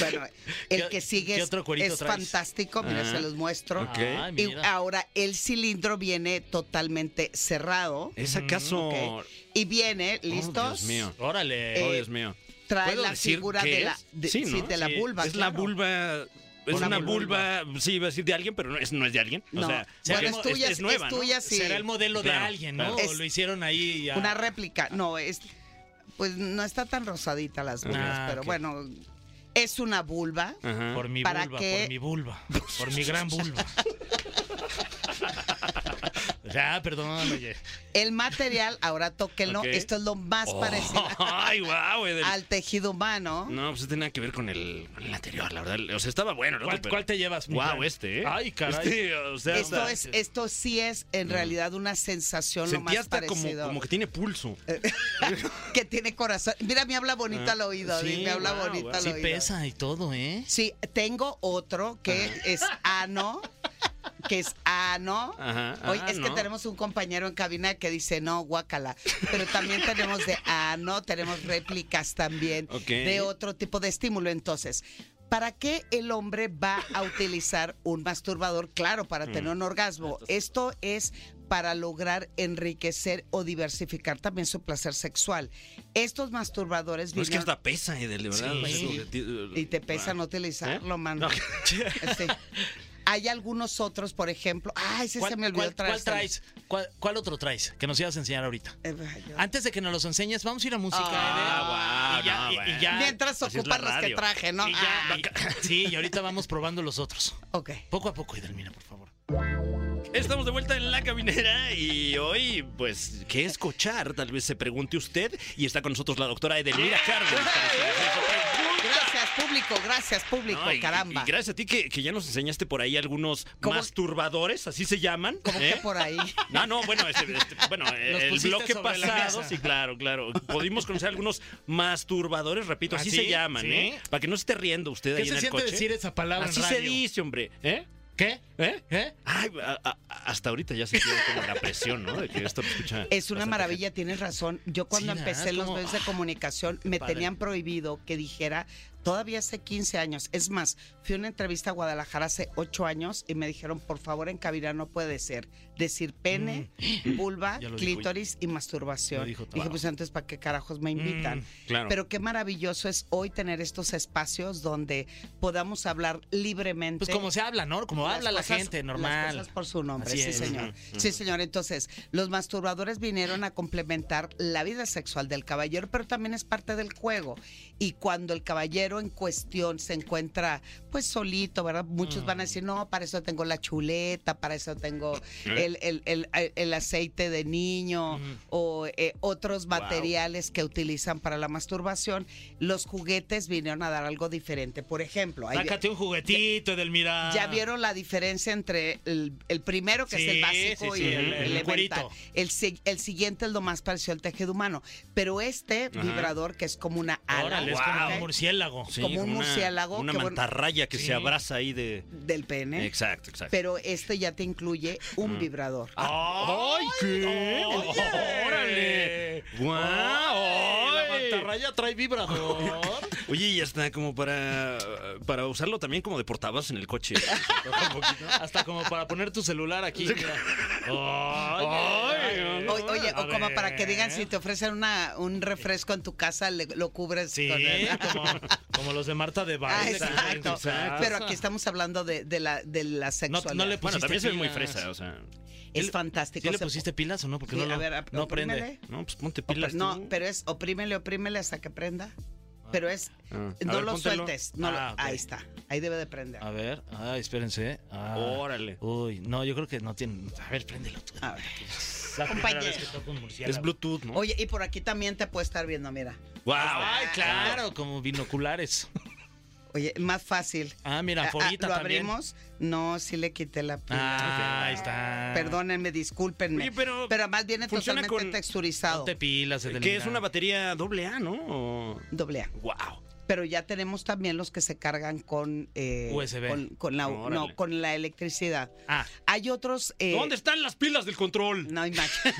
Bueno, ¿Qué- el que sigue qué es, otro cuerito es traes? fantástico, mira, Ah, se los muestro. ok. Ay, Y Ah, mira. ahora el cilindro viene totalmente cerrado. ¿Es acaso. ok, Y viene, ¿listos? Oh, Dios mío. Órale. Eh, Oh, Dios mío. Trae ¿Puedo la decir figura qué de la, es? de, Sí, sí, ¿no? de la Sí, bulba. es la claro. vulva. Es Una una vulva. vulva, sí, iba a decir de alguien, pero no es, no es de alguien. No. O sea, Bueno, porque es tuya, es- nueva, es ¿no? tuya, sí. Será el modelo de Claro, alguien, ¿no? claro. O lo hicieron ahí. a- Una réplica. No, es. Pues no está tan rosadita las bulbas, Ah, pero ok. bueno, es una vulva. Ajá. Por mi ¿Para vulva, qué? por mi vulva. Por mi gran <laughs> vulva. Ya, perdón, oye. El material, ahora tóquenlo. Ok. Esto es lo más <laughs> parecido Oh. Ay, guau, Edel. al tejido humano. No, pues no tiene nada que ver con el, con el anterior, la verdad. O sea, estaba bueno, ¿no? ¿Cuál, cuál te llevas? mi Guau, Fran? este, ¿eh? Ay, caray. Este, o sea, Esto, anda- es, esto sí es en realidad una sensación lo Sentí más hasta como, parecido. como que tiene pulso. <laughs> que tiene corazón. Mira, me habla bonito Ah, al oído, sí, Adri, me habla guau, bonito guau. al Sí oído. pesa y todo, ¿eh? Sí, tengo otro que es ano, que es ano. Ajá, Oye, ah, es que no. tenemos un compañero en cabina que dice no, guácala. Pero también tenemos de ano, tenemos réplicas también Ok. de otro tipo de estímulo. Entonces, ¿para qué el hombre va a utilizar un masturbador? Claro, para Mm. tener un orgasmo. Esto es para lograr enriquecer o diversificar también su placer sexual. Estos masturbadores No, es que vinieron- hasta pesa, Pues Edel, de verdad. Sí, ¿eh? O sea, sí. como que ti- <laughs> <laughs> y te pesa no utilizarlo, mano. No. Sí. Este, hay algunos otros, por ejemplo. Ay, sí, se me cuál, cuál olvidó traérselo. traes? ¿Cuál, cuál otro traes que nos ibas a enseñar ahorita? Eh, vaya. Antes de que nos los enseñes, vamos a ir a música. Ah, Eder. guau, Y no, ya- y- y bueno. ya- Mientras así es la ocupan los que radio. traje, ¿no? y ya- Ah, y- sí, y ahorita vamos probando los otros. ok. Poco a poco, Edelmira, por favor. Estamos de vuelta en la caminera y hoy, pues, ¿qué es cochar? Tal vez se pregunte usted. Y está con nosotros la doctora Edelmira Cárdenas. para que nos haga esa pregunta. Gracias, público, gracias, público, No, y- caramba. y gracias a ti que, que ya nos enseñaste por ahí algunos ¿Cómo? masturbadores, así se llaman. Como ¿eh? que por ahí. No, no, bueno, este- este- bueno Los el pusiste bloque sobre la pasado, mesa. sí, claro, claro. Pudimos conocer algunos masturbadores, repito, ¿Ah, así sí? se llaman, ¿Sí? ¿eh? Para que no se esté riendo usted ¿Qué ahí en se el siente coche. decir esa palabra así en se radio? dice, hombre. ¿Eh? ¿Qué? ¿Eh? ¿Eh? Ay, a- a- hasta ahorita ya se <laughs> tiene como la presión, ¿no? De que esto lo escucha. Es una bastante maravilla, tienes razón. Yo cuando Sí, ¿verdad? empecé los Como- ah, medios de comunicación me padre. tenían prohibido que dijera todavía hace 15 años. Es más, fui a una entrevista a Guadalajara hace 8 años y me dijeron, por favor, en cabina no puede ser decir pene, <clears throat> vulva, Mm. Ya lo dijo clítoris y masturbación. Lo dijo Mm, todo. Dije, pues entonces, ¿para qué carajos me invitan? gente. Claro. Pero qué maravilloso es hoy tener estos espacios donde podamos hablar libremente. Pues como se habla, ¿no? Como Las habla la cosas- gente, Las normal. cosas por su nombre, Así sí, es. señor. Sí, señor. Entonces, los masturbadores vinieron a complementar la vida sexual del caballero, pero también es parte del juego. Y cuando el caballero en cuestión se encuentra, pues solito, ¿verdad? Muchos Mm. van a decir, no, para eso tengo la chuleta, para eso tengo el, el- el- el aceite de niño o eh, otros materiales que utilizan para la masturbación. Los juguetes vinieron a dar algo diferente. Por ejemplo, ahí- Sácate un juguetito, Edelmira. ya vieron la diferencia entre el, el primero, que Sí, es el básico, sí, sí, y el, el- el elemental. cuerito. El, si- el siguiente es lo más parecido al tejido humano. Pero este vibrador, que es como una ala, Órale, es ¿ok? como un murciélago. Sí, Ah, como un una- murciélago, Una qué bueno. mantarraya que se abraza ahí de. del ¿Eh? pene. Exacto, exacto. Pero este ya te incluye un vibrador. ¡Ay, qué! Oye. ¡Órale! ¡Guau! Ay, la ¡Ay! mantarraya trae vibrador. Oye, y hasta como para, para usarlo también como de portavasos en el <laughs> coche. <laughs> Hasta como para poner tu celular aquí. mira. Ay, O- oye, A o como ver. para que digan si te ofrecen una, un refresco en tu casa, le- lo cubres Sí, con el- como, como los de Marta de <laughs> Ah, Baile. que traen en exacto. su casa. Pero aquí estamos hablando de, de la, de la No, sexualidad. no le pusiste Bueno, también se ve muy pilas. fresa, o sea. es fantástico. ¿Sí le Se- pusiste pilas o no? Porque este Sí, no, lo- a ver, no oprímele. prende. No, pues ponte Opre- pilas. no, tú. pero es oprímele, oprímele hasta que prenda. Pero es, Ah. A no ver, lo póntelo. sueltes. No lo- Ah, ok. Ah, Ahí está, ahí debe de prender. A ver, ay, espérense. Ah. Órale. Uy, no, yo creo que no tiene. A ver, préndelo tú. A ver. La primera Compañero. vez que toco un murciélago. Es Bluetooth, ¿no? Oye, y por aquí también te puede estar viendo, mira. ¡Wow! Ay, claro, como binoculares. Oye, más fácil. Ah, mira, Ah, ah, forita <laughs> ¿Lo también. abrimos? No, sí le quité la pila. Ah, ahí está. Perdónenme, discúlpenme. Oye, pero más viene funciona totalmente con- texturizado. Ponte pilas, Que es Edelmira. una batería doble A, ¿no? O- Doble A. ¡Wow! Pero ya tenemos también los que se cargan con eh, USB. Con, con la, Órale. no, con la electricidad. Ah, Hay otros. eh, ¿Dónde están las pilas del control? <laughs> No imagínate.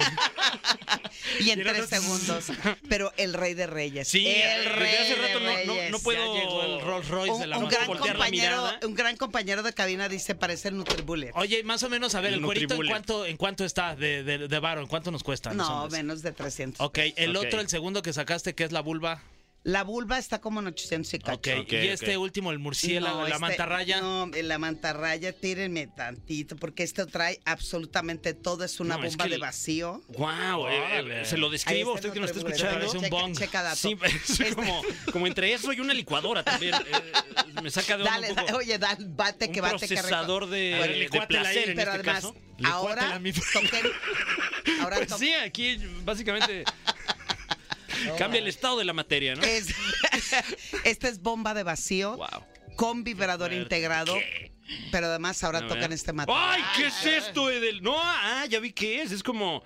y en tres segundos. Pero el rey de reyes. Sí, el desde rey hace de rato no- no- reyes. no puedo- ya llegó el Rolls Royce de Un, la un mano. gran voltear la compañero, mirada. un gran compañero de cabina dice parece el Nutribullet. Oye, más o menos, a ver, El el cuerito, ¿en Nutribullet. cuánto, ¿en cuánto está de, de, de varo? ¿En cuánto nos cuesta? a los No, hombres? menos de 300. Ok, el Ok. otro, el segundo que sacaste, que es la vulva. La vulva está como en 800 y cacho. Ok, Ok, y ok. este último, el murciélago, No, la este- mantarraya. No, la mantarraya, tírenme tantito, porque esto trae absolutamente todo. Es una No, es bomba que de el- vacío. ¡Wow! Órale. eh, se lo Ahí describo a usted está el que nos está Nutribullet. escuchando. Parece un Checa- bong. checa dato. <laughs> Sí, <laughs> es Este- como, como entre eso y una licuadora también. eh, me saca de onda Dale, un poco. da- oye, dale, bate un que bate que rico. procesador de, Bueno, de licuátela ahí, placer en pero este además, caso. ahora Licuátela, mi- <laughs> toquen. Ahora Pues to- sí, aquí <laughs> básicamente cambia el estado de la materia, ¿no? es- <laughs> esta es bomba de vacío Wow. con vibrador integrado. Pero además ahora A tocan ver. este material. ¡Ay, qué es esto, Edel! No, ah, ya vi qué es. Es como,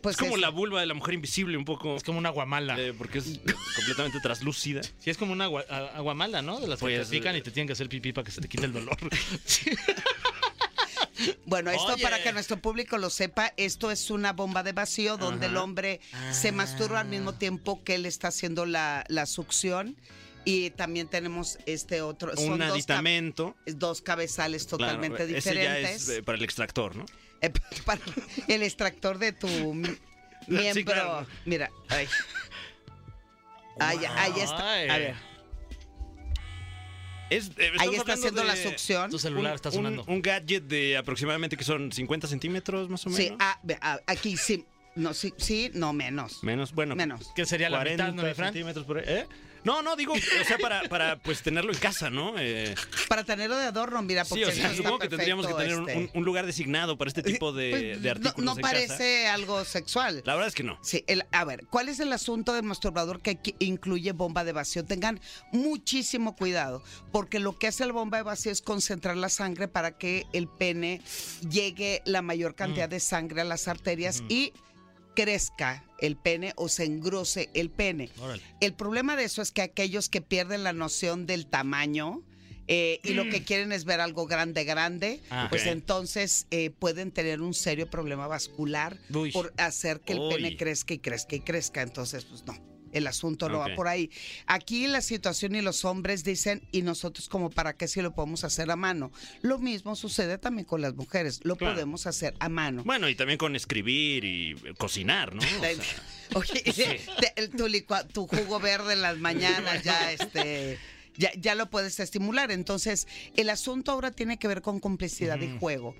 Pues es como es- la vulva de la mujer invisible un poco. Es como una guamala. eh, porque <laughs> es eh, completamente traslúcida. Sí, es como una agua- a- aguamala, ¿no? De las que Pues, te pican eh, y te tienen que hacer pipí para que se te quite <laughs> el dolor. Bueno, esto Oye. para que nuestro público lo sepa, esto es una bomba de vacío donde el hombre se masturba al mismo tiempo que él está haciendo la, la succión. Y también tenemos este otro. Un dos, cab- aditamento. dos cabezales Claro, totalmente ese ya es diferentes. eh, para el extractor, ¿no? <laughs> Eh, para el extractor <laughs> de tu mi- miembro. Sí, claro. Mira, ay. Ahí, ahí está. A Ay. ver. Es, eh, estamos Ahí hablando está haciendo de la succión. Tu celular está un- sonando. Un, gadget de aproximadamente que son 50 centímetros más o menos. Sí, ah, ve- ah, aquí sí. No, sí, sí, no menos. Menos, bueno. Menos. ¿Qué sería la mitad, no, mi Fran? centímetros por ahí. ¿Eh? No, no, digo, o sea, para, para pues tenerlo en casa, ¿no? Eh, Para tenerlo de adorno, mira, sí, porque o sea, no está supongo que tendríamos que tener perfecto, un, este. un- un lugar designado para este tipo de, Pues, de no- artículos. No, en casa. parece algo sexual. La verdad es que no. Sí, el- a ver, ¿cuál es el asunto del masturbador que aquí incluye bomba de vacío? Tengan muchísimo cuidado, porque lo que hace la bomba de vacío es concentrar la sangre para que el pene llegue la mayor Mm. cantidad de sangre a las arterias y crezca el pene o se engrose el pene. El problema de eso es que aquellos que pierden la noción del tamaño eh, y lo que quieren es ver algo grande, grande, Mm. Ah. pues Ok. entonces eh, pueden tener un serio problema vascular Uy. por hacer que el Uy. pene crezca y crezca y crezca. Entonces, pues no. El asunto no Ok. va por ahí. Aquí la situación y los hombres dicen, y nosotros como para qué si lo podemos hacer a mano. Lo mismo sucede también con las mujeres, lo Claro. podemos hacer a mano. Bueno, y también con escribir y eh, cocinar, ¿no? O sea, Oye, te- el- tu, licua- tu jugo verde en las mañanas ya este ya, ya lo puedes estimular. Entonces, el asunto ahora tiene que ver con complicidad y juego.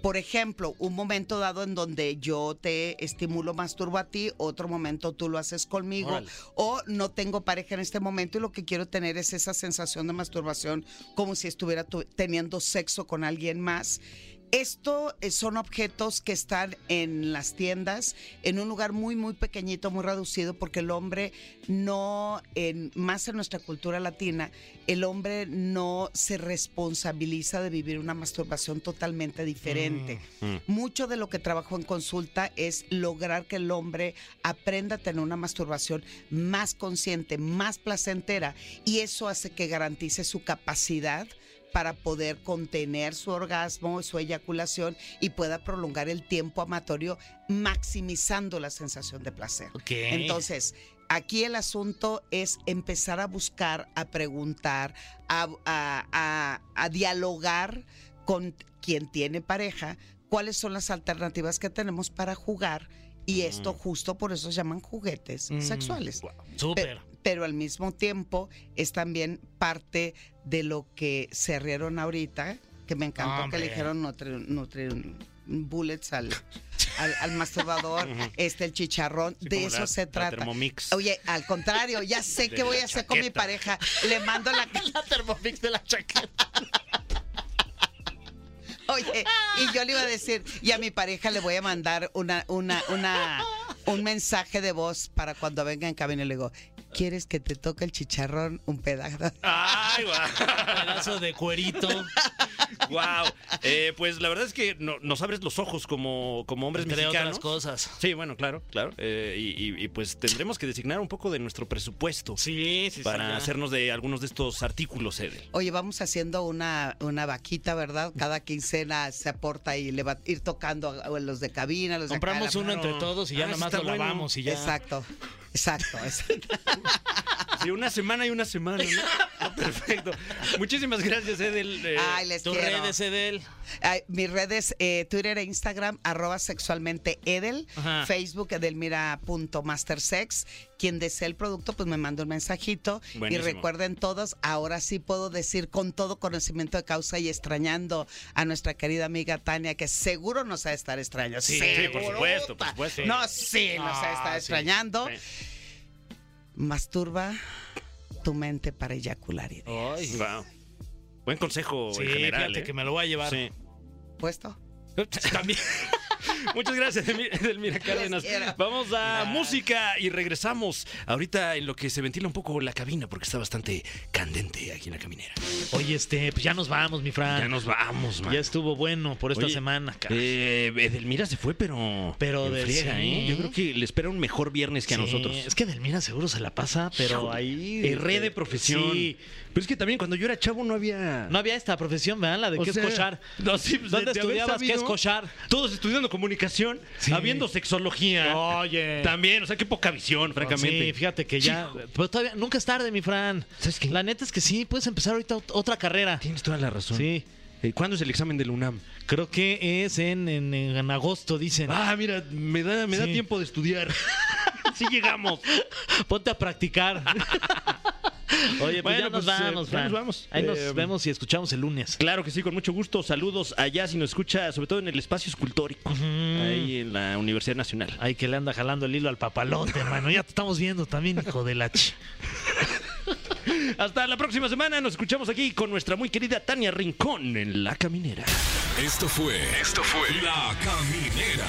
Por ejemplo, un momento dado en donde yo te estimulo, masturbo a ti, otro momento tú lo haces conmigo, o no tengo pareja en este momento y lo que quiero tener es esa sensación de masturbación como si estuviera tu- teniendo sexo con alguien más. Esto eh, son objetos que están en las tiendas, en un lugar muy, muy pequeñito, muy reducido, porque el hombre no, en, más en nuestra cultura latina, el hombre no se responsabiliza de vivir una masturbación totalmente diferente. Mucho de lo que trabajo en consulta es lograr que el hombre aprenda a tener una masturbación más consciente, más placentera, y eso hace que garantice su capacidad para poder contener su orgasmo, su eyaculación y pueda prolongar el tiempo amatorio maximizando la sensación de placer. Ok. Entonces, aquí el asunto es empezar a buscar, a preguntar, a, a- a- a dialogar con quien tiene pareja, cuáles son las alternativas que tenemos para jugar. Mm. Y esto justo por eso se llaman juguetes sexuales. Súper. Pe- pero al mismo tiempo es también parte de lo que se rieron ahorita, que me encantó que Hombre. le dijeron nutri, nutri- bullets al, al, al <laughs> masturbador, este el chicharrón, sí, de como eso la- se la trata. Thermomix. Oye, al contrario, ya sé De qué voy la a hacer con mi chaqueta. pareja. Le mando <laughs> la La Thermomix de la chaqueta. <laughs> Oye, y yo le iba a decir, y a mi pareja le voy a mandar una, una, una, un mensaje de voz para cuando venga en camino. Le digo, ¿quieres que te toque el chicharrón un pedazo? ¡Ay, guau! Pedazo de <laughs> cuerito. Wow. pues la verdad es que no- nos abres los ojos como, como hombres Entre mexicanos. otras cosas. Sí, bueno, claro, claro. Eh, y, y- y, pues tendremos que designar un poco de nuestro presupuesto Sí, sí, sí. para ya. hacernos de algunos de estos artículos, Edel. Oye, vamos haciendo una, una vaquita, ¿verdad? Cada quincena se aporta y le va a ir tocando a a los de cabina, a los de acá, Compramos la- uno entre todos y ya Ah, nada eso más está lo bueno. lavamos y ya. Exacto, exacto, exacto. <laughs> Sí, una semana y una semana, <laughs> ¿no? Ah, Perfecto. Muchísimas gracias, Edel. Eh, Ay, les Tus quiero. redes, Edel. Ay, mis redes, eh, Twitter e Instagram, arroba sexualmente Edel, Ajá. Facebook edelmira.mastersex. Quien desee el producto, pues me manda un mensajito. Buenísimo. Y recuerden todos, ahora sí puedo decir con todo conocimiento de causa y extrañando a nuestra querida amiga Tania, que seguro nos ha de estar extrañando. Sí, sí, por supuesto, por supuesto. No, sí, nos ha de estar Ah, sí. extrañando. Sí. Masturba tu mente para eyacular. Edel. Ay. Wow. Buen consejo Sí, en general. fíjate ¿eh? que me lo voy a llevar. Sí. ¿Puesto? <laughs> También. Muchas gracias, Edel- Edelmira Cárdenas. quiero. Vamos a música y regresamos ahorita en lo que se ventila un poco la cabina, porque está bastante candente aquí en la caminera. Oye, este, pues ya nos vamos, mi Ya Fran. nos vamos, Ya, man. estuvo bueno por esta Oye, semana, cara. Eh, Edelmira se fue, pero. Pero en de- friega, sí. ¿eh? Yo creo que le espera un mejor viernes que eh, a Sí, nosotros. Es que Delmira seguro se la pasa, pero ahí. Erré de profesión. Sí. Pero es que también cuando yo era chavo no había. No había esta profesión, ¿verdad? La de O qué sea, es cochar. no, sí, pues, de- ¿Dónde de haber estudiabas qué es sabido, cochar? Todos estudiando comunicación, Sí. habiendo sexología. Oye. También, o sea, qué poca visión, francamente. Sí, fíjate que ya. Pero todavía, nunca es tarde, mi Fran. ¿Sabes qué? La neta es que sí, puedes empezar ahorita ot- otra carrera. Tienes toda la razón. Sí. Eh, ¿Cuándo es el examen del UNAM? Creo que es en, en- en agosto, dicen. Ah, mira, me da, me da Sí. <laughs> tiempo de estudiar. sí llegamos. Ponte a practicar. <laughs> Oye, pues Bueno, ya nos pues, eh, vamos, ya nos Fran. vamos. Ahí nos Eh, vemos y escuchamos el lunes. Claro que sí, con mucho gusto. Saludos allá si nos escucha, sobre todo en el espacio escultórico, ahí en la Universidad Nacional. Ay, que le anda jalando el hilo al papalote, mano. Ya te estamos viendo también, hijo de la ch. Hasta la próxima semana, nos escuchamos aquí con nuestra muy querida Tania Rincón en La Caminera. Esto fue. Esto fue. La Caminera.